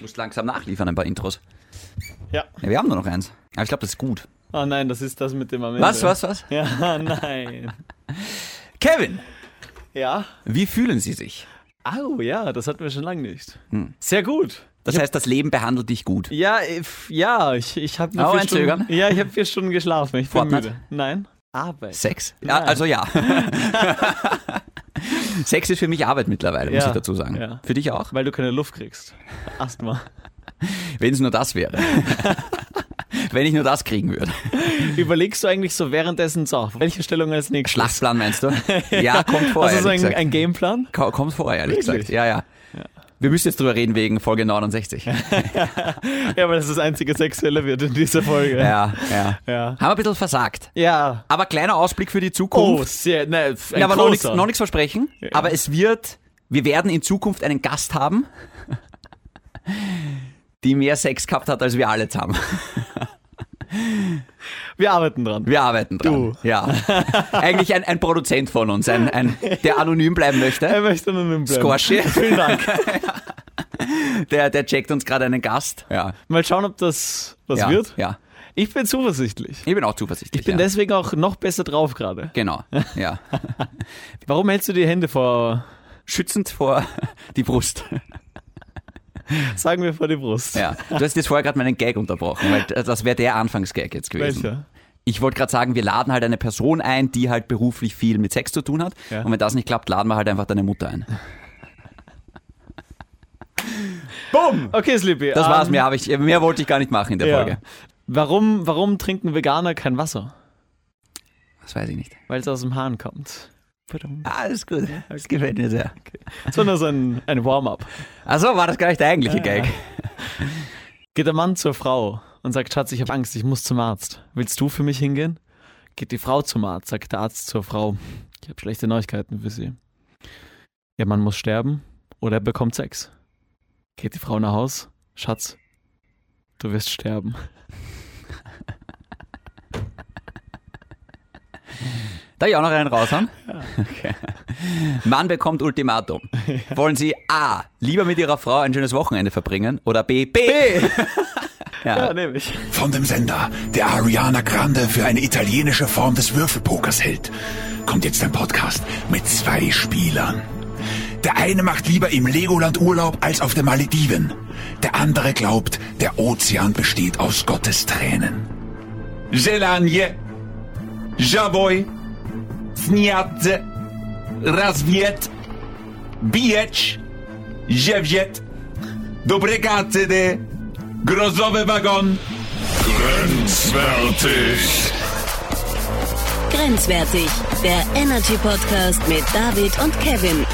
Muss langsam nachliefern ein paar Intros. Ja. Ja, wir haben nur noch eins. Aber ich glaube, das ist gut. Oh nein, das ist das mit dem am Ende. Was, was, was? Ja, nein. Kevin, Ja. wie fühlen Sie sich? Au, ja, das hatten wir schon lange nicht. Hm. Sehr gut. Das heißt, das Leben behandelt dich gut. Ja, äh, f- ja, ich, ich habe Oh, nur vier ein Stunden. Zögern. Ja, ich habe vier Stunden geschlafen. Ich bin Fortnite? müde. Nein. Arbeit. Sex? Ja, Nein. also ja. Sex ist für mich Arbeit mittlerweile, muss Ja. ich dazu sagen. Ja. Für dich auch? Weil du keine Luft kriegst. Asthma. Wenn es nur das wäre. Wenn ich nur das kriegen würde. Überlegst du eigentlich so währenddessen so, auf welche Stellung als nächstes? Schlachtplan meinst du? Ja, kommt vor, Hast du Also ehrlich so einen, gesagt. einen Gameplan? Ko- Kommt vor, ehrlich Wirklich? gesagt. Ja, ja. Wir müssen jetzt drüber reden wegen Folge 69. Ja, weil das das einzige Sexuelle wird in dieser Folge. Ja, ja. Ja. Haben wir ein bisschen versagt. Ja. Aber kleiner Ausblick für die Oh, Zukunft. sehr, ne, ein ja, aber noch nichts großer. noch nichts versprechen. Aber es wird, wir werden in Zukunft einen Gast haben, die mehr Sex gehabt hat, als wir alle zusammen. Wir arbeiten dran. Wir arbeiten dran. Du. Ja. Eigentlich ein, ein Produzent von uns, ein, ein, der anonym bleiben Er möchte. möchte nur bleiben. Squashy, Vielen Dank. der, der checkt uns gerade einen Gast. Ja. Mal schauen, ob das was ja. wird. Ja. Ich bin zuversichtlich. Ich bin auch zuversichtlich. Ich bin ja. deswegen auch noch besser drauf gerade. Genau. Ja. Warum hältst du die Hände vor, Schützend vor die Brust. sagen wir vor die Brust? Ja. Du hast jetzt vorher gerade meinen Gag unterbrochen, weil das wäre der Anfangsgag jetzt gewesen. Welcher? Ich wollte gerade sagen, wir laden halt eine Person ein, die halt beruflich viel mit Sex zu tun hat. Ja. Und wenn das nicht klappt, laden wir halt einfach deine Mutter ein. Boom! Okay, Sleepy. Das ähm, war's, mehr, hab ich, mehr wollte ich gar nicht machen in der ja. Folge. Warum, warum trinken Veganer kein Wasser? Das weiß ich nicht. Weil es aus dem Hahn kommt. Verdammt. Ah, ist gut. Das gefällt mir sehr. Sondern so ein, ein Warm-up. Also war das gar nicht der eigentliche Gag. Geht der Mann zur Frau und sagt, Schatz, ich habe Angst, ich muss zum Arzt. Willst du für mich hingehen? Geht die Frau zum Arzt, sagt der Arzt zur Frau, ich habe schlechte Neuigkeiten für sie. Ihr Mann muss sterben oder er bekommt Sex. Geht die Frau nach Haus, Schatz, du wirst sterben. Darf ich auch noch einen raushauen? Okay. Mann bekommt Ultimatum. Wollen Sie A. lieber mit Ihrer Frau ein schönes Wochenende verbringen oder B. B. Ja. nehme ich. Von dem Sender, der Ariana Grande für eine italienische Form des Würfelpokers hält, kommt jetzt ein Podcast mit zwei Spielern. Der eine macht lieber im Legoland Urlaub als auf den Malediven. Der andere glaubt, der Ozean besteht aus Gottes Tränen. Zelanie, Javoy, Sniatze, Rasviet, Biec, Jevjet, Dobregacede, Grozowy Wagon. Grenzwertig. Grenzwertig, der Energy Podcast mit David und Kevin.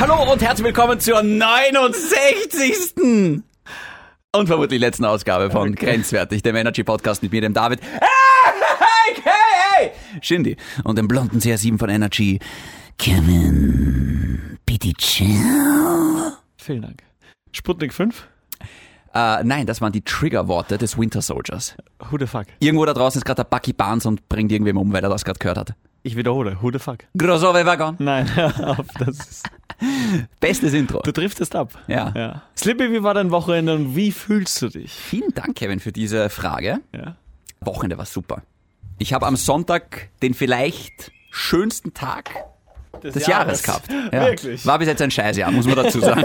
Hallo und herzlich willkommen zur 69. und vermutlich letzten Ausgabe von Grenzwertig, dem Energy Podcast mit mir, dem David. Hey, hey, hey, Shindy und dem blonden CR7 von Energy, Kevin. Bitte chill. Vielen Dank. Sputnik 5? Äh, nein, das waren die Triggerworte des Winter Soldiers. Who the fuck? Irgendwo da draußen ist gerade der Bucky Barnes und bringt irgendwem um, weil er das gerade gehört hat. Ich wiederhole, who the fuck? Großowe Waggon. Nein, hör auf, das ist, Bestes Intro. du driftest ab. Ja. ja. Slippy, wie war dein Wochenende und wie fühlst du dich? Vielen Dank, Kevin, für diese Frage. Ja. Wochenende war super. Ich habe am Sonntag den vielleicht schönsten Tag des Jahres, gehabt. Ja. Wirklich? War bis jetzt ein Scheißjahr, muss man dazu sagen.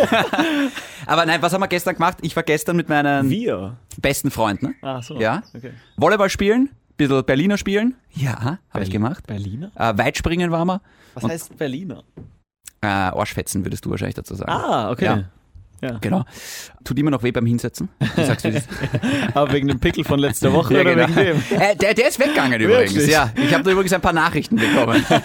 Aber nein, was haben wir gestern gemacht? Ich war gestern mit meinen Wir? besten Freunden. Ach so. Ja. Okay. Volleyball spielen, bisschen Berliner spielen. Ja, habe ich gemacht. Berliner? Äh, Weitspringen waren wir. Was heißt Berliner? Äh, Arschfetzen würdest du wahrscheinlich dazu sagen. Ah, okay. Ja. Genau. Tut immer noch weh beim Hinsetzen. Ich sag's dir. Aber wegen dem Pickel von letzter Woche Ja, oder genau. wegen Äh, der, der ist weggegangen übrigens. Wirklich? Ja, ich habe da übrigens ein paar Nachrichten bekommen. dem?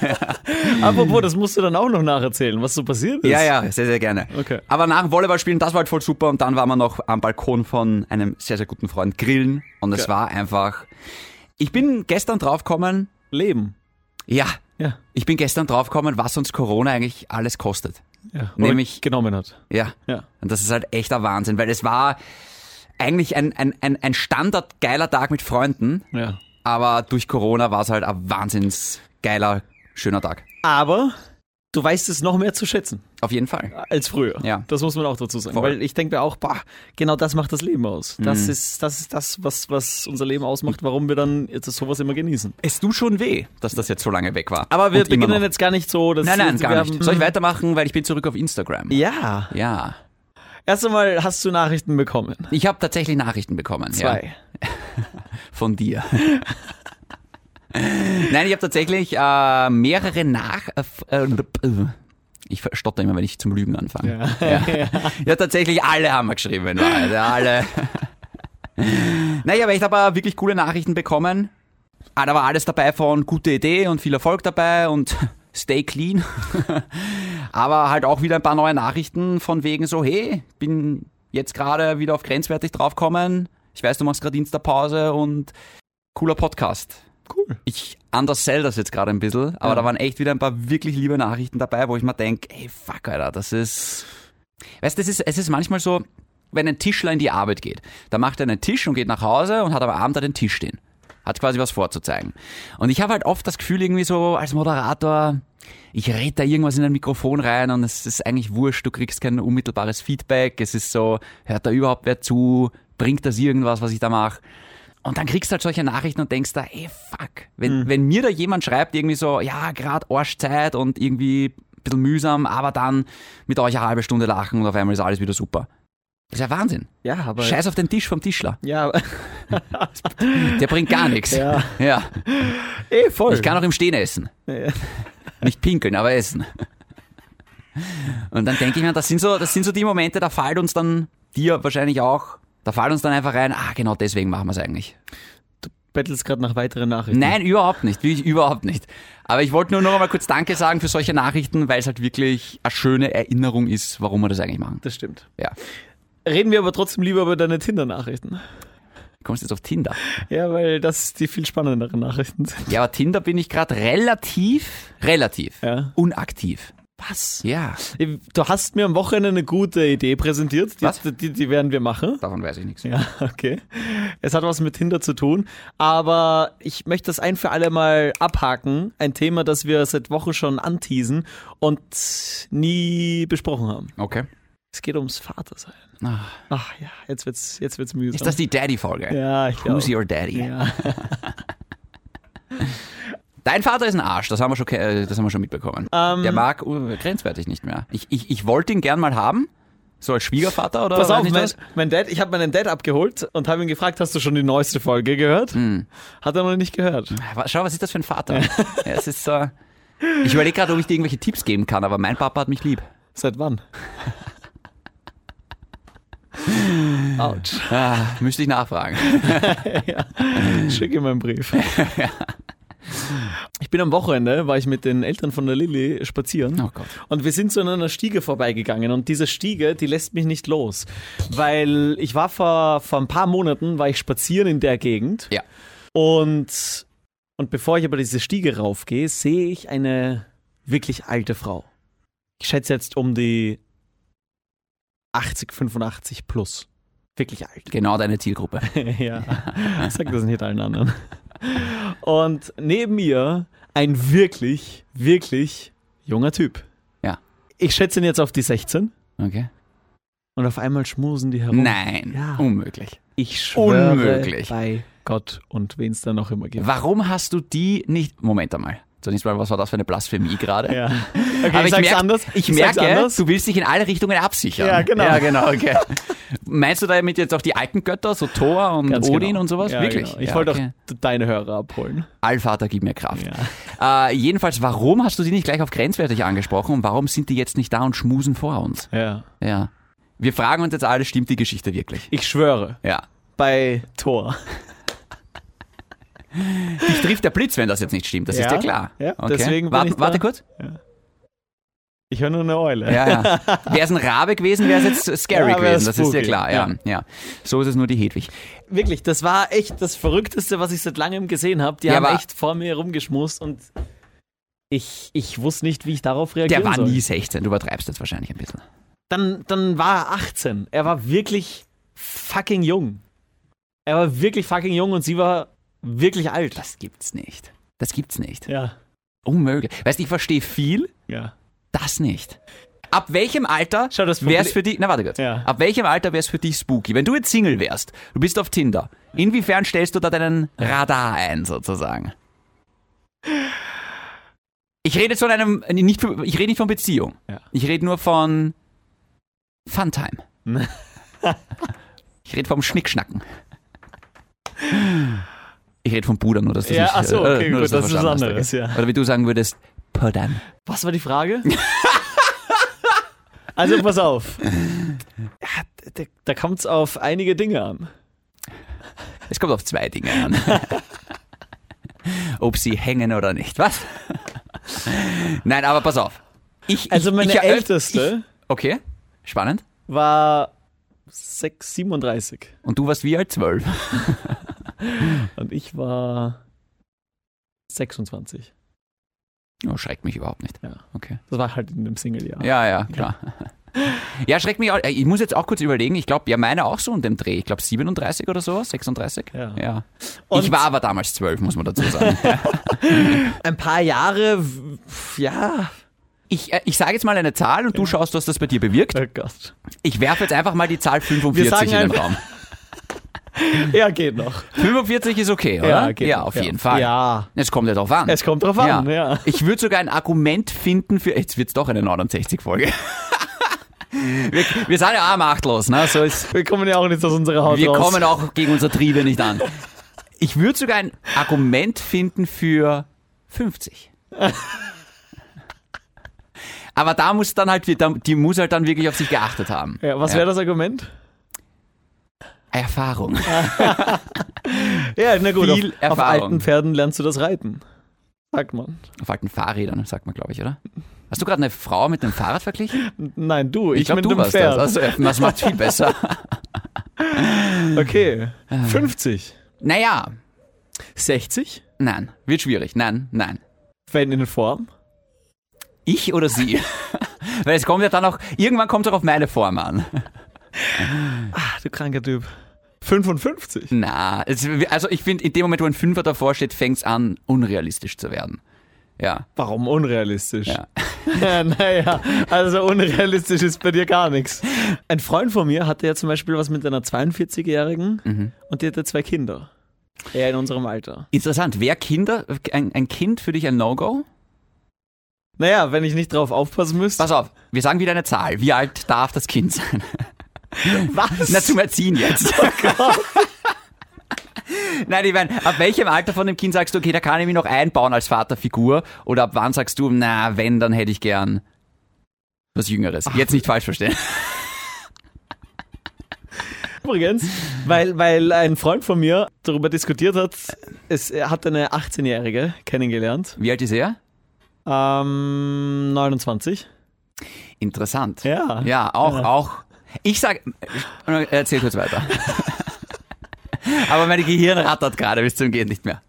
Apropos, das musst du dann auch noch nacherzählen, was so passiert ist. Ja, ja, sehr, sehr gerne. Okay. Aber nach dem Volleyballspielen, das war halt voll super. Und dann waren wir noch am Balkon von einem sehr, sehr guten Freund grillen. Und es war einfach. Ich bin gestern draufgekommen, Leben. ja, Ja. ich bin gestern draufgekommen, was uns Corona eigentlich alles kostet. ja. Nämlich- Oder genommen hat. Ja. Ja. Und das ist halt echter Wahnsinn, weil es war eigentlich ein, ein, ein, ein standardgeiler Tag mit Freunden, Ja. aber durch Corona war es halt ein wahnsinnsgeiler, schöner Tag. Aber du weißt es noch mehr zu schätzen Auf jeden Fall. als früher. Ja. Das muss man auch dazu sagen. Voll. Mhm. Weil ich denke mir auch, bah, genau das macht das Leben aus. Das ist das, ist das was, was unser Leben ausmacht, warum wir dann jetzt sowas immer genießen. Es tut schon weh, dass das jetzt so lange weg war. Aber wir Und immer beginnen noch. jetzt gar nicht so. Dass Nein, nein, wir gar haben- nicht. Soll ich weitermachen, weil ich bin zurück auf Instagram. Ja. Ja. Erst einmal hast du Nachrichten bekommen. Ich habe tatsächlich Nachrichten bekommen. Ja, Zwei. von dir. nein, ich habe tatsächlich äh, mehrere Nach... Äh, ich stotter immer, wenn ich zum Lügen anfange. Ja. Ja, tatsächlich, alle haben wir geschrieben. in Wahrheit, ja, Alle. naja, aber ich habe äh, wirklich coole Nachrichten bekommen. Ah, da war alles dabei von gute Idee und viel Erfolg dabei und stay clean. aber halt auch wieder ein paar neue Nachrichten von wegen so, hey, bin jetzt gerade wieder auf grenzwertig draufkommen. Ich weiß, du machst gerade Insta-Pause und cooler Podcast. Cool. Ich undersell das jetzt gerade ein bisschen, aber Ja. da waren echt wieder ein paar wirklich liebe Nachrichten dabei, wo ich mir denke, ey, fuck, Alter, das ist... Weißt du, es ist, es ist manchmal so, wenn ein Tischler in die Arbeit geht, da macht er einen Tisch und geht nach Hause und hat am Abend da den Tisch stehen. Hat quasi was vorzuzeigen. Und ich habe halt oft das Gefühl, irgendwie so als Moderator, ich rede da irgendwas in ein Mikrofon rein und es ist eigentlich wurscht, du kriegst kein unmittelbares Feedback. Es ist so, hört da überhaupt wer zu? Bringt das irgendwas, was ich da mache? Und dann kriegst du halt solche Nachrichten und denkst da, ey, fuck, wenn, wenn mir da jemand schreibt, irgendwie so, ja, gerade Arschzeit und irgendwie ein bisschen mühsam, aber dann mit euch eine halbe Stunde lachen und auf einmal ist alles wieder super. Das ist ja Wahnsinn. Ja, aber. Scheiß auf den Tisch vom Tischler. Ja, Der bringt gar nichts. Ja. ja. eh, voll. Ich kann auch im Stehen essen. Nicht pinkeln, aber essen. Und dann denke ich mir, das sind, so, das sind so die Momente, da fällt uns dann, dir wahrscheinlich auch, da fällt uns dann einfach rein, ah, genau deswegen machen wir es eigentlich. bettelst gerade nach weiteren Nachrichten. Nein, überhaupt nicht, wirklich überhaupt nicht. Aber ich wollte nur noch einmal kurz Danke sagen für solche Nachrichten, weil es halt wirklich eine schöne Erinnerung ist, warum wir das eigentlich machen. Das stimmt. Ja. Reden wir aber trotzdem lieber über deine Tinder-Nachrichten. Du kommst jetzt auf Tinder. Ja, weil das die viel spannenderen Nachrichten sind. Ja, aber Tinder bin ich gerade relativ, relativ Ja. unaktiv. Was? Ja, Du hast mir am Wochenende eine gute Idee präsentiert. Die, Was? Die, die werden wir machen. davon weiß ich nichts. Ja, okay. Es hat was mit Tinder zu tun, aber ich möchte das ein für alle mal abhaken. Ein Thema, das wir seit Wochen schon anteasen und nie besprochen haben. Okay. Es geht ums Vatersein. Ah. Ach ja, jetzt wird's, jetzt wird's mühsam. Ist das die Daddy-Folge? ja, ich Who's glaube. your daddy? Ja. Dein Vater ist ein Arsch, das haben wir schon, ke- äh, das haben wir schon mitbekommen. Ähm. Der mag uh, grenzwertig nicht mehr. Ich, ich, ich wollte ihn gern mal haben. So als Schwiegervater oder Pass weiß auf, nicht mein, was? mein Dad, ich habe meinen Dad abgeholt und habe ihn gefragt, hast du schon die neueste Folge gehört? Hm. Hat er noch nicht gehört. Wa- Schau, was ist das für ein Vater? ja, es ist so. Ich überlege gerade, ob ich dir irgendwelche Tipps geben kann, aber mein Papa hat mich lieb. Seit wann? Autsch. Ah, müsste ich nachfragen. Hm. Schick ihm einen Brief. Ich bin am Wochenende, war ich mit den Eltern von der Lilly spazieren. Oh Gott. Und wir sind so an einer Stiege vorbeigegangen und diese Stiege, die lässt mich nicht los. Weil ich war vor, vor ein paar Monaten, war ich spazieren in der Gegend. Ja. Und, und bevor ich aber diese Stiege raufgehe, sehe ich eine wirklich alte Frau. Ich schätze jetzt um die 80, 85 plus. Wirklich alt. Genau deine Zielgruppe. ja, sag das nicht allen anderen. Und neben ihr ein wirklich, wirklich junger Typ. Ja. Ich schätze ihn jetzt auf die 16 Okay. und auf einmal schmusen die herum. Nein, Ja. unmöglich. Ich schwöre Unmöglich. bei Gott und wen es dann noch immer gibt. Warum hast du die nicht. Moment einmal. Zunächst mal, was war das für eine Blasphemie gerade? Ja. Okay, Aber ich ich sag's merk- anders. Ich sag's merke, anders. du willst dich in alle Richtungen absichern. Ja, genau. Ja, genau, okay. Meinst du damit jetzt auch die alten Götter, so Thor und Ganz Odin genau. und sowas? Ja, Wirklich? Genau. Ich ja, wollte okay. auch d- deine Hörer abholen. Allvater, gib mir Kraft. Äh, jedenfalls, warum hast du die nicht gleich auf grenzwertig angesprochen und warum sind die jetzt nicht da und schmusen vor uns? ja. Ja. Wir fragen uns jetzt alle, stimmt die Geschichte wirklich? Ich schwöre Ja. bei Tor. Dich trifft der Blitz, wenn das jetzt nicht stimmt, das ist Ja, dir klar. ja, okay. deswegen bin warte, ich da. warte kurz. Ich höre nur eine Eule. Ja, ja. Wäre es ein Rabe gewesen, wäre es jetzt scary Ja, wär's gewesen, das ist dir spooky. klar, ja, ja. So ist es nur die Hedwig. Wirklich, das war echt das Verrückteste, was ich seit langem gesehen habe. Die Ja, haben aber- echt vor mir rumgeschmust und ich, ich wusste nicht, wie ich darauf reagieren Der war soll. nie 16, du übertreibst jetzt wahrscheinlich ein bisschen. Dann, dann war er 18. Er war wirklich fucking jung. Er war wirklich fucking jung und sie war wirklich alt. Das gibt's nicht. Das gibt's nicht. Ja, Unmöglich. Weißt du, ich verstehe viel ja. das nicht. Ab welchem Alter Schau, das wär's Problem- für dich, na warte kurz, Ja. ab welchem Alter wär's für dich spooky? Wenn du jetzt Single wärst, du bist auf Tinder, inwiefern stellst du da deinen Radar ein, sozusagen? Ich rede jetzt von einem, nicht, von- ich rede nicht von Beziehung. Ja. Ich rede nur von Funtime. ich rede vom Schnickschnacken. Ich rede vom Pudern, nur dass das Ja, nicht... ach so, okay, nur, gut, dass das du ist verstanden anderes, hast, okay. ja. Oder wie du sagen würdest, Pudern. Was war die Frage? also pass auf. Ja, da, da kommt es auf einige Dinge an. Es kommt auf zwei Dinge an. Ob sie hängen oder nicht. Was? Nein, aber pass auf. Ich, Also ich, meine ich eröff- älteste Ich, okay, spannend. war 6, 37 Und du warst wie alt? Zwölf. und ich war 26. Oh, schreckt mich überhaupt nicht. Ja. Okay. Das war halt in dem Single-Jahr. Ja, ja, klar. Ja, schreckt mich auch. Ich muss jetzt auch kurz überlegen. Ich glaube, ja, meine auch so in dem Dreh. Ich glaube 37 oder so, 36. Ja. ja. Und- Ich war aber damals zwölf, muss man dazu sagen. Ein paar Jahre, w- pf, ja. ich äh, ich sage jetzt mal eine Zahl und du schaust, was das bei dir bewirkt. Oh Gott. Ich werfe jetzt einfach mal die Zahl 45 in den einfach- Raum. Ja, geht noch. 45 ist okay, oder? geht noch, auf jeden Fall. Ja. Es kommt ja drauf an. Es kommt drauf an, ja. Ich würde sogar ein Argument finden für. Jetzt wird's doch eine 69-Folge. wir, wir sind ja auch machtlos, ne? So ist, Wir kommen ja auch nicht aus unserer Haut wir raus. kommen auch gegen unsere Triebe nicht an. Ich würde sogar ein Argument finden für 50. Aber da muss dann halt, da- die muss halt dann wirklich auf sich geachtet haben. ja, was wäre das Argument? Erfahrung. Ja, na gut. Viel auf, auf Erfahrung. alten Pferden lernst du das Reiten. Sagt man. Auf alten Fahrrädern, sagt man, glaube ich, oder? Hast du gerade eine Frau mit einem Fahrrad verglichen? Nein, du, ich, Ich glaube, mit du dem warst Pferd. das. Also, das macht viel besser. Okay. Ah. 50. Naja, 60? nein, wird schwierig. Nein, nein. Wenn in Form. Ich oder sie? Weil es kommt ja dann auch, irgendwann kommt es auch auf meine Form an. Ah, du kranker Typ. 55. Na, es, also ich finde, in dem Moment, wo ein Fünfer davor steht, fängt es an, unrealistisch zu werden. Ja, Warum unrealistisch? Ja. Ja, naja, also unrealistisch ist bei dir gar nichts. Ein Freund von mir hatte ja zum Beispiel was mit einer 42-Jährigen und die hatte zwei Kinder. Er in unserem Alter. interessant. Wäre Kinder, ein, ein Kind für dich ein No-Go? Naja, wenn ich nicht drauf aufpassen müsste. Pass auf, wir sagen wieder eine Zahl. Wie alt darf das Kind sein? Was? Na, zum Erziehen jetzt. Oh Nein, ich meine, ab welchem Alter von dem Kind sagst du, okay, da kann ich mich noch einbauen als Vaterfigur? Oder ab wann sagst du, na, wenn, dann hätte ich gern was Jüngeres? Jetzt nicht falsch verstehen. Übrigens, weil, weil ein Freund von mir darüber diskutiert hat, es, er hat eine 18-Jährige kennengelernt. Wie alt ist er? Ähm, 29. Interessant. Ja. Ja, auch, auch. Ich sag, erzähl kurz weiter. Aber mein Gehirn rattert gerade bis zum Gehen nicht mehr.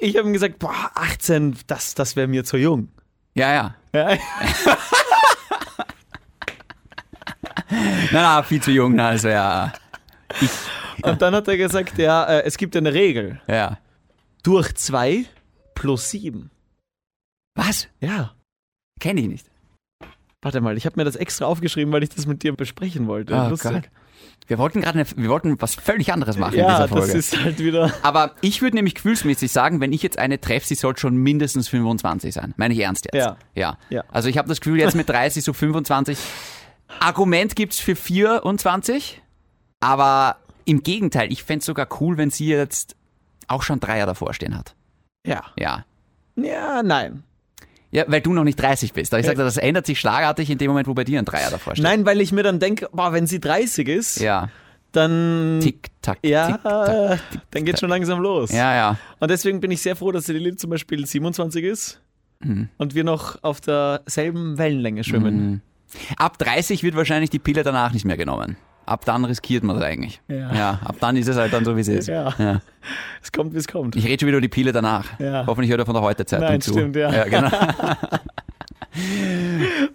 Ich habe ihm gesagt, boah, 18, das, das wäre mir zu jung. Ja, ja. Ja. Na, na, viel zu jung, na, also ja. Und dann hat er gesagt, ja, äh, es gibt eine Regel. Ja. Durch 2 plus 7. Was? Ja. Kenne ich nicht. Warte mal, ich habe mir das extra aufgeschrieben, weil ich das mit dir besprechen wollte. Oh Gott. Lustig. Wir wollten gerade, eine- wir wollten was völlig anderes machen in Ja, dieser Folge. das ist halt wieder. Aber ich würde nämlich gefühlsmäßig sagen, wenn ich jetzt eine treffe, sie soll schon mindestens 25 sein. Meine ich ernst jetzt. Ja. Ja. Ja. Also ich habe das Gefühl, jetzt mit 30 so 25. Argument gibt's für 24, aber im Gegenteil, ich fänd's sogar cool, wenn sie jetzt auch schon Dreier davor stehen hat. Ja. Ja. Ja, nein. Ja, weil du noch nicht 30 bist. Aber ich sage, das ändert sich schlagartig in dem Moment, wo bei dir ein Dreier davor steht. Nein, weil ich mir dann denke, boah, wenn sie 30 ist, Ja. dann. Tick, tack, Ja, tick, tack. dann geht schon langsam los. Ja, ja. Und deswegen bin ich sehr froh, dass die Lilly zum Beispiel 27 ist Mhm. und wir noch auf derselben Wellenlänge schwimmen. Ab 30 wird wahrscheinlich die Pille danach nicht mehr genommen. Ab dann riskiert man das eigentlich. Ja. ab dann ist es halt dann so, wie es ist. Ja. Es kommt, wie es kommt. Ich rede schon wieder über die Pille danach. Ja. Hoffentlich hört er von der Heute-Zeitung Nein, zu. stimmt, ja. ja genau.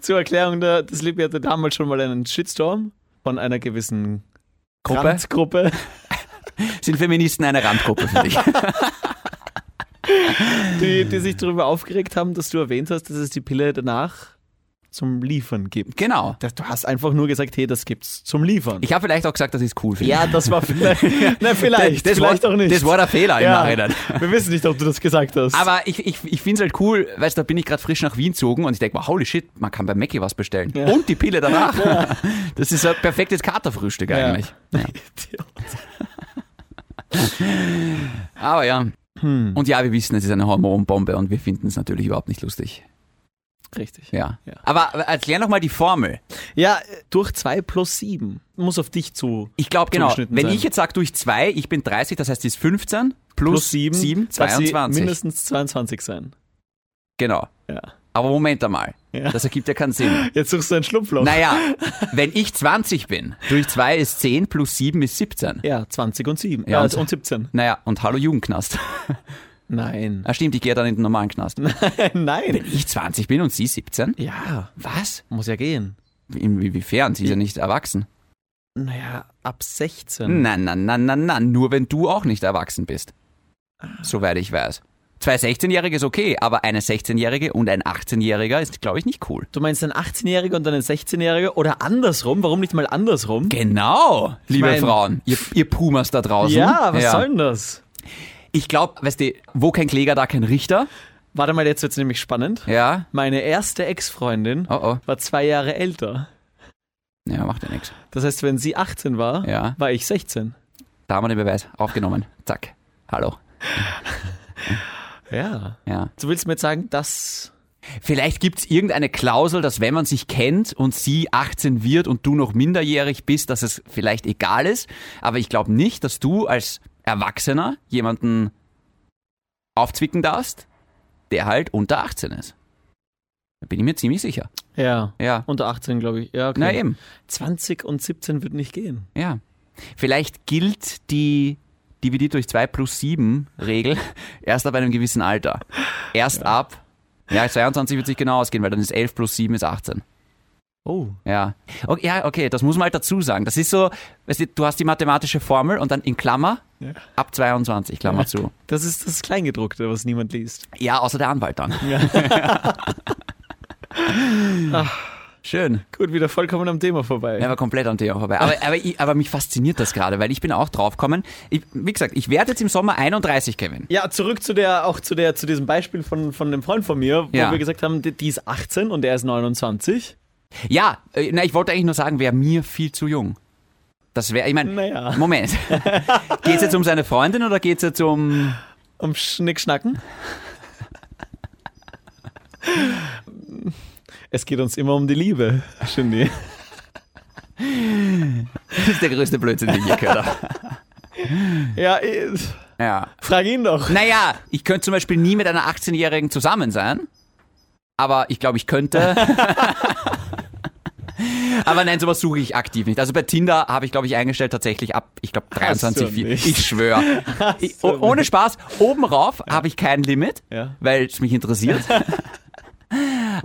Zur Erklärung, der, das Lilly hatte damals schon mal einen Shitstorm von einer gewissen Gruppe? Gruppe. Sind Feministen eine Randgruppe für dich? die, die sich darüber aufgeregt haben, dass du erwähnt hast, dass es die Pille danach zum Liefern gibt. Genau. Das, du hast einfach nur gesagt, hey, das gibt's zum Liefern. Ich habe vielleicht auch gesagt, das ist cool. Finde. ja, das war vielleicht. na, vielleicht. Das war- vielleicht auch nicht. das war der Fehler im Nachhinein. Wir wissen nicht, ob du das gesagt hast. Aber ich, ich, ich finde es halt cool, weißt du, da bin ich gerade frisch nach Wien gezogen und ich denke, wow, holy shit, man kann bei Mackie was bestellen. Ja. Und die Pille danach. Das ist ein perfektes Katerfrühstück Ja. eigentlich. Aber ja. Hm. Und ja, wir wissen, es ist eine Hormonbombe und wir finden es natürlich überhaupt nicht lustig. Richtig. Ja. Ja. Aber erklär nochmal die Formel. Ja, durch 2 plus 7 muss auf dich zu. Ich glaube, genau, Zugeschnitten wenn sein. ich jetzt sage durch 2, ich bin 30, das heißt, die ist 15 plus, Plus 7, 7 22. mindestens 22 sein. Genau. Ja. Aber Moment einmal. Ja. Das ergibt ja keinen Sinn. Jetzt suchst du ein Schlupfloch. Naja, wenn ich 20 bin, durch 2 ist 10 plus 7 ist 17. Ja, 20 und 7. Ja, Ja, und- und 17. Naja, und hallo Jugendknast. Nein. Ah, stimmt, ich gehe dann in den normalen Knast. Nein. Ich 20 bin und sie 17? Ja, Was? muss ja gehen. Inwiefern? Sie ist ja nicht erwachsen. Naja, ab 16. Na, na, na, na, na, nur wenn du auch nicht erwachsen bist. Soweit ich weiß. Zwei 16-Jährige ist okay, aber eine 16-Jährige und ein 18-Jähriger ist, glaube ich, nicht cool. Du meinst ein 18-Jähriger und ein 16-Jähriger oder andersrum? Warum nicht mal andersrum? Genau, liebe mein- Frauen, ihr, ihr Pumas da draußen. Ja, was soll denn das? Ich glaube, weißt du, wo kein Kläger, da kein Richter. Warte mal, jetzt wird's nämlich spannend. Ja, Meine erste Ex-Freundin oh oh. war zwei Jahre älter. Ja, macht ja nichts. Das heißt, wenn sie 18 war, Ja, war ich 16. da haben wir den Beweis aufgenommen. Zack. Hallo. Ja. Ja. Du willst mir jetzt sagen, dass Vielleicht gibt es irgendeine Klausel, dass wenn man sich kennt und sie 18 wird und du noch minderjährig bist, dass es vielleicht egal ist. Aber ich glaube nicht, dass du als Erwachsener jemanden aufzwicken darfst, der halt unter 18 ist. Da bin ich mir ziemlich sicher. Ja. Ja. Unter 18, glaube ich. Ja, okay. Na eben. 20 und 17 wird nicht gehen. Ja. Vielleicht gilt die dividiert durch 2 plus 7 Regel erst ab einem gewissen Alter. Erst ab. Ja, 22 wird sich genau ausgehen, weil dann ist 11 plus 7 ist 18. Oh. Ja. Okay, ja, okay, das muss man halt dazu sagen. Das ist so, weißt du, du hast die mathematische Formel und dann in Klammer Ja. ab 22, Klammer zu. Das ist das Kleingedruckte, was niemand liest. Ja, außer der Anwalt dann. Ah, Schön. Gut, wieder vollkommen am Thema vorbei. Ja, war komplett am Thema vorbei. Aber, aber, ich, aber mich fasziniert das gerade, weil ich bin auch draufgekommen. Ich, wie gesagt, ich werde jetzt im Sommer 31, Kevin. Ja, zurück zu der, auch zu der, zu diesem Beispiel von, von dem Freund von mir, wo Ja. wir gesagt haben, die, die ist 18 und er ist 29. Ja, äh, na, ich wollte eigentlich nur sagen, wäre mir viel zu jung. Das wäre, ich meine, Naja. Moment. geht's jetzt um seine Freundin oder geht's jetzt um. Um Schnickschnacken. es geht uns immer um die Liebe, Shindy. Das ist der größte Blödsinn, den ich je gehört habe. Ja, eh, Ja. frag ihn doch. Naja, ich könnte zum Beispiel nie mit einer 18-Jährigen zusammen sein. Aber ich glaube, ich könnte. aber nein, sowas suche ich aktiv nicht. Also bei Tinder habe ich, glaube ich, eingestellt tatsächlich ab, ich glaube, Hast 23, du nicht. Ich schwöre. Ich- du oh- Ohne Spaß, oben rauf habe ich kein Limit, Ja. weil es mich interessiert.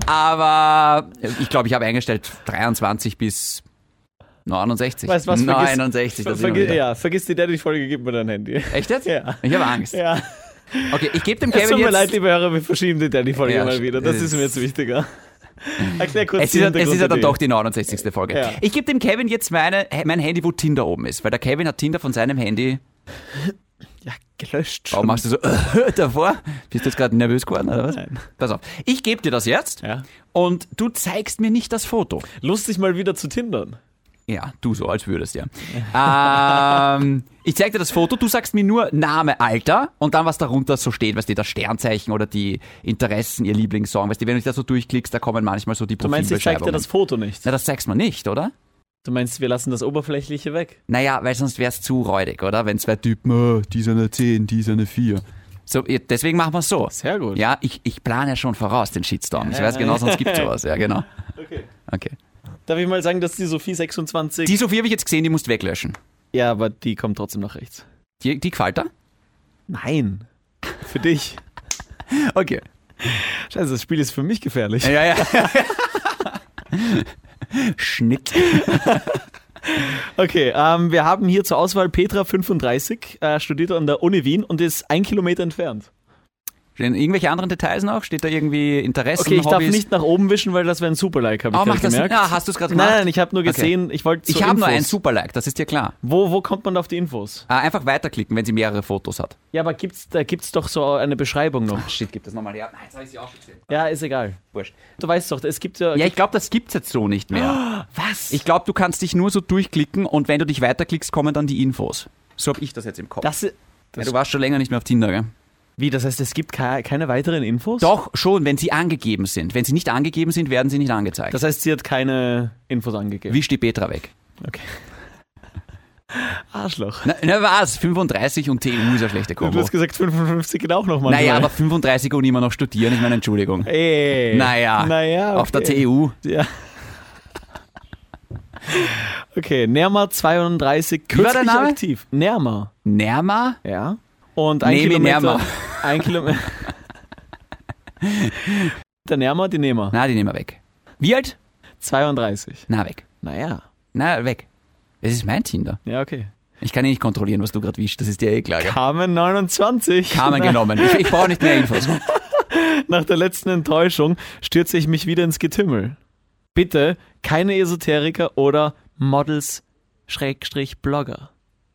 aber ich glaube, ich habe eingestellt 23 bis 69. Weißt du was? vergiss- 69, das ist immer vergiss, wieder. ja, vergiss die Daddy-Folge, gib mir dein Handy. Echt jetzt? Ja. Ich habe Angst. Ja. Okay, ich gebe dem Es Kevin tut mir jetzt... leid, liebe Hörer, wir verschieben die Daddy-Folge Ja, mal wieder. Das es- ist mir jetzt wichtiger. Erklär kurz Es die ist, ja, es ist halt ja dann Hintergrundidee. doch die 69. Folge. Ja. Ich gebe dem Kevin jetzt meine, mein Handy, wo Tinder oben ist, weil der Kevin hat Tinder von seinem Handy. Ja, gelöscht schon. Warum machst du so äh, davor? Bist du jetzt gerade nervös geworden oder was? Nein. Pass auf. Ich gebe dir das jetzt Ja. und du zeigst mir nicht das Foto. Lustig mal wieder zu tindern. Ja, du so, als würdest ja. ähm, ich zeig dir das Foto, du sagst mir nur Name, Alter und dann was darunter so steht, weißt du, das Sternzeichen oder die Interessen, ihr Lieblingssong, weißt du, wenn du dich da so durchklickst, da kommen manchmal so die Du meinst, ich zeig dir Profilbeschreibungen. das Foto nicht. Na, das zeigst man nicht, oder? Du meinst, wir lassen das Oberflächliche weg. Naja, weil sonst wäre es zu räudig, oder? Wenn zwei Typen, oh, die sind eine 10, die sind eine 4. So, ja, deswegen machen wir es so. Sehr gut. Ja, ich, ich plane ja schon voraus den Shitstorm. Ich weiß genau, sonst gibt sowas. Ja, genau. Okay. Okay. Darf ich mal sagen, dass die Sophie 26... Die Sophie habe ich jetzt gesehen, die musst du weglöschen. ja, aber die kommt trotzdem nach rechts. Die, die gefällt da? Nein. Für dich. Okay. Scheiße, das Spiel ist für mich gefährlich. Ja, ja. Schnitt. Okay, ähm, wir haben hier zur Auswahl Petra 35, äh, studiert an der Uni Wien und ist ein Kilometer entfernt. Stehen irgendwelche anderen Details noch? Steht da irgendwie Interessen, Okay, ich darf Hobbys? nicht nach oben wischen, weil das wäre ein Super-Like, habe ich Oh, gerade mach das gemerkt. nicht. Ah, hast du es gerade Nein, gemacht? nein, ich habe nur Okay. gesehen, ich wollte zu Ich habe nur Infos. ein Super-Like, das ist dir klar. Wo, wo kommt man auf die Infos? Ah, einfach weiterklicken, wenn sie mehrere Fotos hat. Ja, aber gibt's, da gibt's doch so eine Beschreibung noch. Shit, gib das nochmal her. Nein, jetzt habe ich sie auch schon gesehen. Ja, ist egal. Wurscht. Du weißt doch, es gibt ja... Ja, ich glaube, das gibt's jetzt so nicht mehr. was? Ich glaube, du kannst dich nur so durchklicken und wenn du dich weiterklickst, kommen dann die Infos. So habe ich das jetzt im Kopf. das, i- ja, du warst schon länger nicht mehr auf Tinder, gell? wie, das heißt, es gibt ke- keine weiteren Infos? Doch, schon, wenn sie angegeben sind. Wenn sie nicht angegeben sind, werden sie nicht angezeigt. Das heißt, sie hat keine Infos angegeben. Wisch die Petra weg. Okay. Arschloch. Na, na was? 35 und TU ist eine schlechte Du Kombo. hast gesagt, 55 geht auch noch mal. Naja, aber 35 und immer noch studieren, ich meine, Entschuldigung. Ey. Naja, Naja, auf der okay. TU. Ja. Okay, Nerma 32, war der kürzlich Name? aktiv. Nerma, Nerma? ja. Und ein Nemi Kilometer. Nerma. Ein Kilometer. der Nerma, die Nehmer. Na, die nehmen wir weg. Wie alt? 32. Na, weg. Naja. Na, weg. Es ist mein Tinder. Ja, okay. Ich kann eh nicht kontrollieren, was du gerade wischst. Das ist dir eh klar. gell? Carmen 29. Carmen Na- genommen. Ich, ich brauche nicht mehr Infos. Nach der letzten Enttäuschung stürze ich mich wieder ins Getümmel. Bitte keine Esoteriker oder Models Schrägstrich Blogger.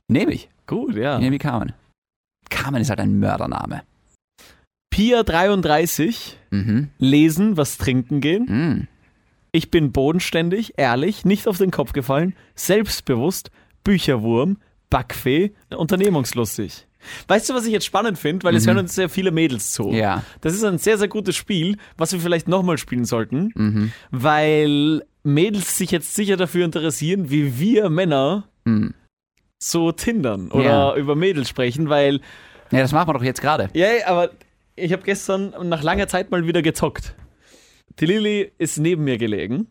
Nehme ich. Gut, ja. Ich nehme Carmen. Carmen ist halt ein Mördername. Pia 33, Mhm. lesen, was trinken gehen. Mhm. Ich bin bodenständig, ehrlich, nicht auf den Kopf gefallen, selbstbewusst, Bücherwurm, Backfee, unternehmungslustig. Weißt du, was ich jetzt spannend finde? Weil es hören uns sehr viele Mädels zu. Ja. Das ist ein sehr, sehr gutes Spiel, was wir vielleicht nochmal spielen sollten, mhm, weil Mädels sich jetzt sicher dafür interessieren, wie wir Männer Mhm. so tindern oder Ja. über Mädels sprechen, weil, Ja, das machen wir doch jetzt gerade. ja, ja, aber ich habe gestern nach langer Zeit mal wieder gezockt. Die Lilly ist neben mir gelegen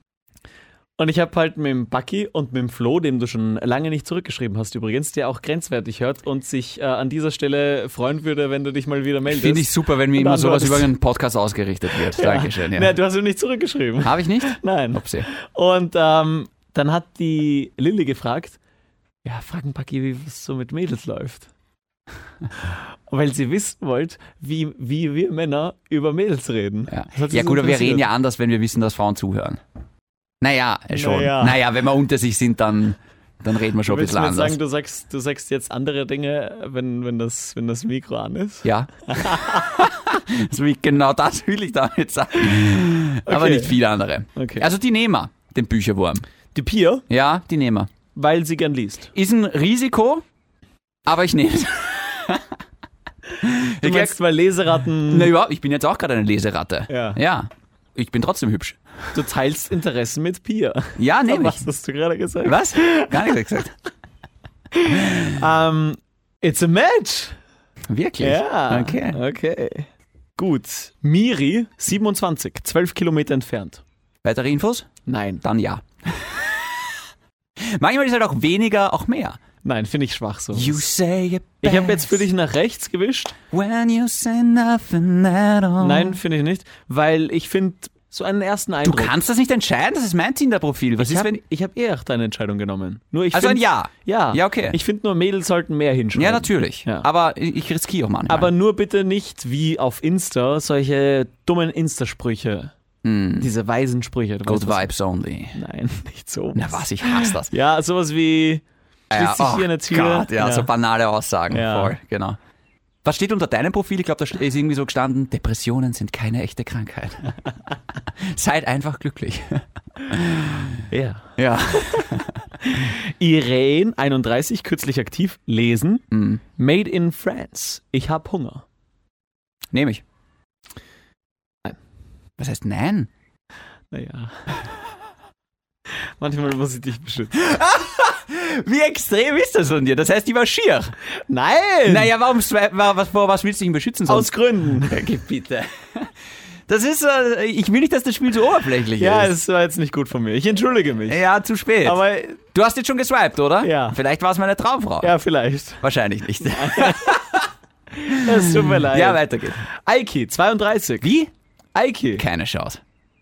und ich habe halt mit dem Bucky und mit dem Flo, dem du schon lange nicht zurückgeschrieben hast übrigens, der auch grenzwertig hört und sich äh, an dieser Stelle freuen würde, wenn du dich mal wieder meldest. Finde ich super, wenn mir Und immer sowas antwortest. über einen Podcast ausgerichtet wird. Dankeschön. Na, Ja. du hast ihm nicht zurückgeschrieben. Habe ich nicht? Nein. Upsi. Und ähm, dann hat die Lilly gefragt, ja, fragen Paki, wie es so mit Mädels läuft. Weil sie wissen wollte, wie, wie wir Männer über Mädels reden. Ja, Das hat sie ja so gut, aber wir interessiert. reden ja anders, wenn wir wissen, dass Frauen zuhören. Naja, äh, schon. Naja. Naja, wenn wir unter sich sind, dann, dann reden wir schon ein Willst bisschen du mir jetzt anders. sagen, du sagst, du sagst jetzt andere Dinge, wenn, wenn, das, wenn das Mikro an ist? ja. Das will ich- genau das will ich damit sagen. Aber Okay. nicht viele andere. Okay. Also die nehmen wir, den Bücherwurm. Die Pia, Ja, die nehmen wir. weil sie gern liest. Ist ein Risiko, aber ich nehme es. Du meinst, weil Leseratten, Na überhaupt, ich bin jetzt auch gerade eine Leseratte. Ja. ja. Ich bin trotzdem hübsch. du teilst Interessen mit Pia. Ja, nehme ich. Was hast du gerade gesagt? Was? Gar nichts gesagt. Ähm, it's a match. Wirklich? Ja. Okay. Okay. Gut. Miri, 27, 12 Kilometer entfernt. Weitere Infos? Nein. Dann ja. Manchmal ist halt auch weniger, auch mehr. Nein, finde ich schwach so. Ich say it habe jetzt für dich nach rechts gewischt. When you say nothing at all. Nein, finde ich nicht, weil ich finde so einen ersten Oh. Du Eindruck. kannst das nicht entscheiden, das ist mein Tinder-Profil. Was Ich ist, habe wenn. hab eher deine Entscheidung genommen. Nur ich Also ein find- Ja. Ja. Ja, okay. Ich finde nur Mädels sollten mehr hinschreiben. Ja, natürlich. Ja. Aber ich ich riskiere auch manchmal. Aber nur bitte nicht wie auf Insta solche dummen Insta-Sprüche. Hm. Diese weisen Sprüche. Du Good weißt, was- vibes only. Nein, nicht so. Na was, ich hasse das. Ja, sowas wie schließt sich oh hier eine Tür. Gott, ja, so banale Aussagen. Ja. Voll, genau. Was steht unter deinem Profil? Ich glaube, da st- ist irgendwie so gestanden, Depressionen sind keine echte Krankheit. Seid einfach glücklich. ja. Ja. Irene, 31, kürzlich aktiv, lesen. Made in France. Ich hab Hunger. Nehme ich. Nein. Was heißt nein? Naja. Manchmal muss ich dich beschützen. Wie extrem ist das von dir? Das heißt, die war schier. Nein! Naja, warum, swi- wa- was, vor was willst du ihn beschützen Ähm. aus sonst? Gründen. Bitte. Das ist, äh, ich will nicht, dass das Spiel so oberflächlich Ja, ist. es war jetzt nicht gut von mir. Ich entschuldige mich. Ja, zu spät. Aber du hast jetzt schon geswiped, oder? Ja. Vielleicht war es meine Traumfrau. ja, vielleicht. Wahrscheinlich nicht. Es tut mir leid. Ja, weiter geht's. Aiki, 32. Wie? Aiki. Keine Chance.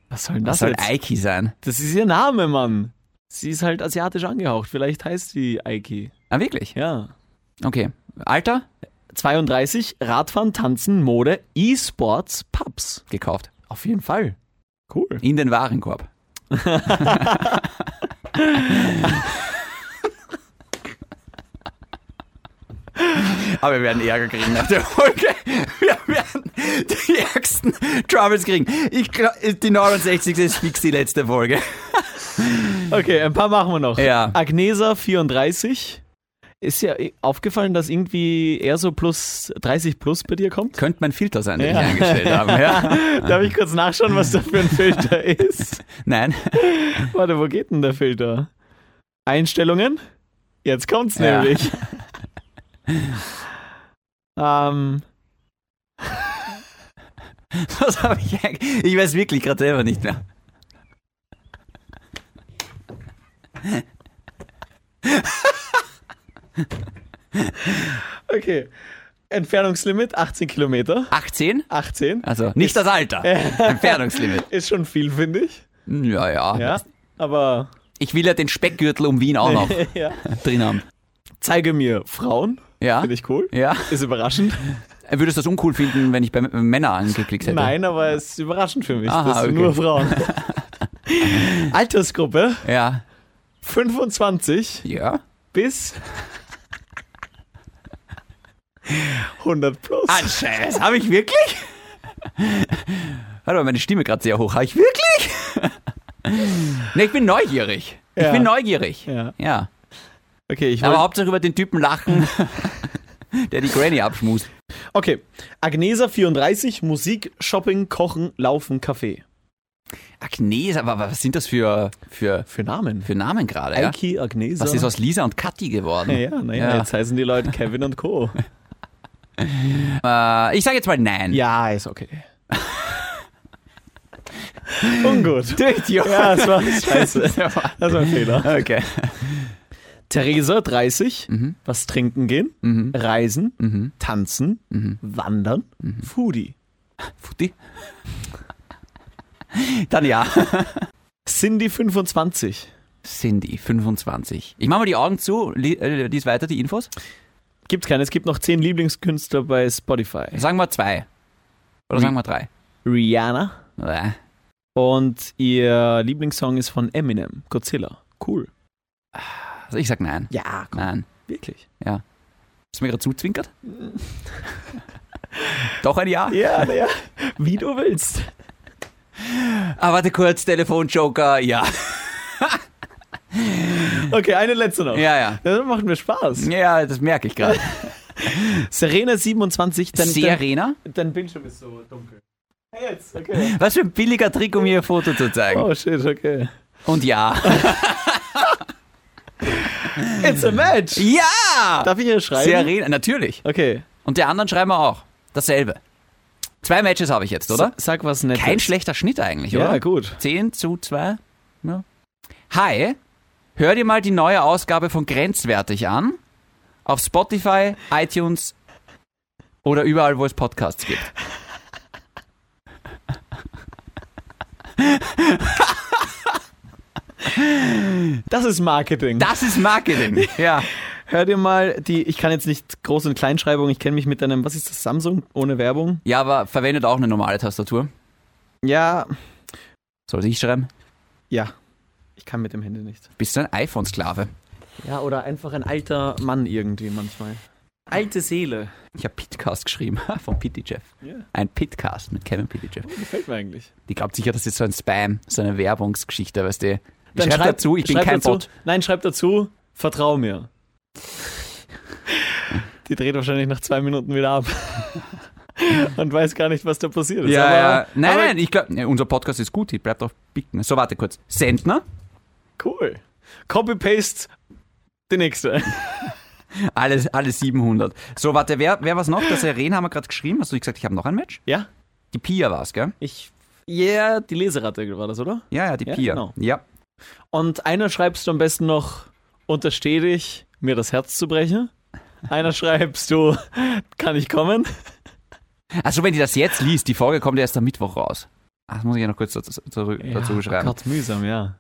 Was soll denn Das soll das jetzt? Aiki sein. Das ist ihr Name, Mann. Sie ist halt asiatisch angehaucht. Vielleicht heißt sie Aiki. Ah, wirklich? Ja. Okay. Alter? 32, Radfahren, Tanzen, Mode, E-Sports, Pubs. Gekauft. Auf jeden Fall. Cool. In den Warenkorb. Aber wir werden Ärger kriegen nach der Folge. Wir werden die ärgsten Troubles kriegen. Ich glaub, die 69 ist fix die letzte Folge. Okay, ein paar machen wir noch. Ja. Agnesa 34. Ist ja aufgefallen, dass irgendwie eher so plus 30 plus bei dir kommt? Könnte mein Filter sein, den Ja. ich eingestellt habe. Ja. Darf ich kurz nachschauen, was da für ein Filter ist? Nein. Warte, wo geht denn der Filter? Einstellungen? Jetzt kommt's Ja. nämlich. ähm, Was habe ich eigentlich? Ich weiß wirklich gerade selber nicht mehr. okay. Entfernungslimit 18 Kilometer. 18? 18. Also nicht das Alter. Entfernungslimit. Ist schon viel, finde ich. Ja, ja, Ja. Aber Ich will ja den Speckgürtel um Wien auch noch ja. drin haben. zeige mir Frauen. Ja. Finde ich cool. Ja. Ist überraschend. Würdest du das uncool finden, wenn ich bei M- Männer angeklickt hätte? Nein, aber es ist überraschend für mich. Aha, das sind okay. nur Frauen. Altersgruppe Ja. 25 Ja. bis 100 plus. Ah, Scheiße, habe ich wirklich? Warte mal, meine Stimme gerade sehr hoch. Habe ich wirklich? ne, ich bin neugierig. Ich Ja. bin neugierig. Ja. Ja. Okay, ich Aber wollte. Hauptsache über den Typen lachen, der die Granny abschmust. Okay. Agnesa 34, Musik, Shopping, Kochen, Laufen, Kaffee. Agnes, aber was sind das für, für, Für Namen. für Namen gerade? Ja? Aiki, Agnesa. Was ist aus Lisa und Kathi geworden? Ja, naja, Ja. jetzt heißen die Leute Kevin und Co. Äh, ich sage jetzt mal nein. Ja, ist okay. Ungut. Du Idiot. Ja, es war scheiße. Das war ein Fehler. Okay. Theresa, 30, was trinken gehen, reisen, tanzen, wandern, Foodie. Futti. Dann ja. Cindy, 25, Cindy, 25. Ich mache mal die Augen zu, li- äh, lies weiter die Infos. gibt keine, es gibt noch 10 Lieblingskünstler bei Spotify. Sagen wir zwei. Oder Hm. sagen wir drei. Rihanna Äh, und ihr Lieblingssong ist von Eminem, Godzilla. Cool. Also ich sag nein. Ja, Nein. wirklich. Hast du mir gerade zuzwinkert? Doch ein Ja? Ja, ja, wie du willst. Ah, warte kurz, Telefonjoker, ja. Okay, eine letzte noch. Ja, ja. Das macht mir Spaß. Ja, das merke ich gerade. Serena 27, dein, dein, Serena? dein Bildschirm ist so dunkel. Hey, jetzt, okay. Was für ein billiger Trick, um ihr ein Foto zu zeigen. Oh shit, okay. Und ja. It's a match! Ja! Darf ich hier schreiben? Serena, natürlich. Okay. Und der anderen schreiben wir auch. Dasselbe. Zwei Matches habe ich jetzt, oder? Sa- Sag was Nettes. Kein schlechter Schnitt eigentlich, Ja, oder? gut. 10 zu 2. Ja. Hi, hör dir mal die neue Ausgabe von Grenzwertig an. Auf Spotify, iTunes oder überall, wo es Podcasts gibt. Das ist Marketing. Das ist Marketing. Ja. Hör dir mal die, ich kann jetzt nicht Groß- und Kleinschreibung, ich kenne mich mit einem, was ist das, Samsung ohne Werbung? ja, aber verwendet auch eine normale Tastatur. Ja, Sollte ich schreiben? ja. Ich kann mit dem Handy nicht. Bist du ein iPhone-Sklave? Ja, oder einfach ein alter Mann irgendwie manchmal. Alte Seele. Ich habe Pitcast geschrieben, von Pitty Jeff. Ja. Ein Pitcast mit Kevin Pitty Jeff. Gefällt mir eigentlich. Die glaubt sicher, das ist so ein Spam, so eine Werbungsgeschichte, weißt du. Ich schreib dazu, ich bin schreib kein dazu, Bot. Nein, schreib dazu, vertrau mir. Die dreht wahrscheinlich nach zwei Minuten wieder ab. Und weiß gar nicht, was da passiert ist. aber, Nein, aber nein, ich glaube, unser Podcast ist gut, ich bleib drauf bicken. So, warte kurz. Sendner, Cool. Copy-Paste, die nächste. alles, alles 700. So, warte, wer, wer war's noch? Der Seren haben wir gerade geschrieben. Hast du nicht gesagt, ich habe noch ein Match? Ja? Die Pia war's, gell? Ich. Ja, die Leseratte war das, oder? Ja, ja, die Ja, Pia. genau. Ja. Und einer schreibst du am besten noch, untersteh dich, mir das Herz zu brechen. Einer schreibst du, kann ich kommen? Also, wenn die das jetzt liest, die Folge kommt erst am Mittwoch raus. Ach, das muss ich ja noch kurz dazu, dazu, dazu oh schreiben. Gott, mühsam, ja.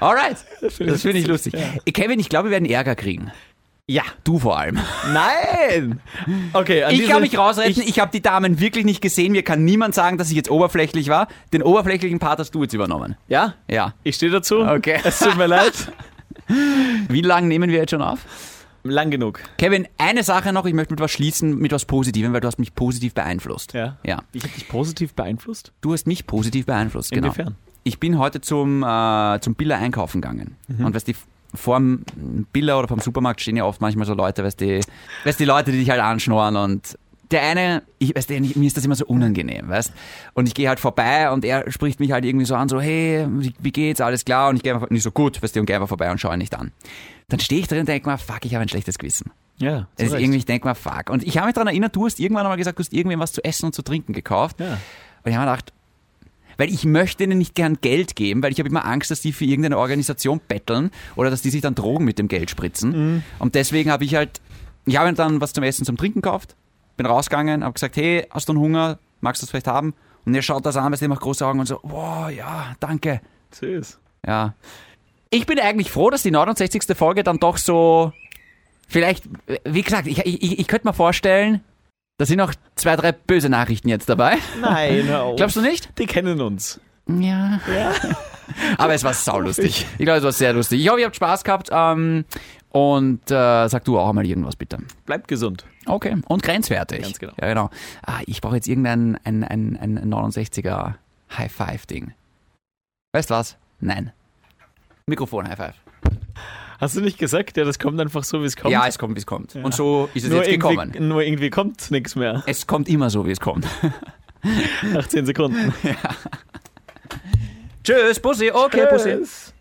Alright, Das finde das finde ich lustig. Ja. Kevin, ich glaube, wir werden Ärger kriegen. Ja. Du vor allem. Nein! Okay, an Ich dieser- kann mich rausretten. Ich, habe die Damen wirklich nicht gesehen. Mir kann niemand sagen, dass ich jetzt oberflächlich war. Den oberflächlichen Part hast du jetzt übernommen. Ja? Ja. Ich stehe dazu. Okay. Es tut mir leid. Wie lange nehmen wir jetzt schon auf? Lang genug. Kevin, eine Sache noch. Ich möchte mit was schließen, mit was Positivem, weil du hast mich positiv beeinflusst. Ja. Ja. Ich habe dich positiv beeinflusst? Du hast mich positiv beeinflusst, genau. Inwiefern? Ich bin heute zum, äh, zum Biller einkaufen gegangen. Und weißt du, vorm Biller oder vom Supermarkt stehen ja oft manchmal so Leute, weißt du, weißt du, die Leute, die dich halt anschnorren und der eine, ich weiß nicht, mir ist das immer so unangenehm, weißt Und ich gehe halt vorbei und er spricht mich halt irgendwie so an, so, hey, wie, wie geht's, alles klar? Und ich gehe einfach nicht so gut, weißt du, und gehe einfach vorbei und schaue ihn nicht an. Dann stehe ich drin und denke mir, fuck, ich habe ein schlechtes Gewissen. Ja. zu Es ist Recht. irgendwie, ich denke mal, fuck. Und ich habe mich daran erinnert, du hast irgendwann einmal gesagt, du hast irgendwem was zu essen und zu trinken gekauft. Ja. Und ich habe mir gedacht, weil ich möchte ihnen nicht gern Geld geben, weil ich habe immer Angst, dass die für irgendeine Organisation betteln oder dass die sich dann Drogen mit dem Geld spritzen. Mhm. Und deswegen habe ich halt, ich habe ihnen dann was zum Essen, zum Trinken gekauft, bin rausgegangen, habe gesagt, hey, hast du einen Hunger? Magst du das vielleicht haben? Und er schaut das an, weil er macht große Augen und so, wow, ja, danke. Süß. Ja. Ich bin eigentlich froh, dass die 69. Folge dann doch so. Vielleicht, wie gesagt, ich, ich, ich könnte mir vorstellen, da sind noch zwei, drei böse Nachrichten jetzt dabei. Nein, hör auf. Glaubst du nicht? die kennen uns. Ja. Aber es war saulustig. Ich glaube, es war sehr lustig. Ich hoffe, ihr habt Spaß gehabt. Ähm, und äh, sag du auch mal irgendwas bitte. Bleibt gesund. Okay. Und grenzwertig. Ganz genau. Ja, genau. Ah, ich brauche jetzt irgendein ein, ein, ein 69er High-Five-Ding. Weißt du was? Nein. Mikrofon High-Five. Hast du nicht gesagt? Ja, das kommt einfach so, wie es kommt. Ja, es kommt, wie es kommt. Ja. Und so ist es nur jetzt irgendwie, gekommen. Nur irgendwie kommt nichts mehr Es kommt immer so, wie es kommt. nach 10 Sekunden. Tschüss, Bussi. Okay, Bussi. Tschüss.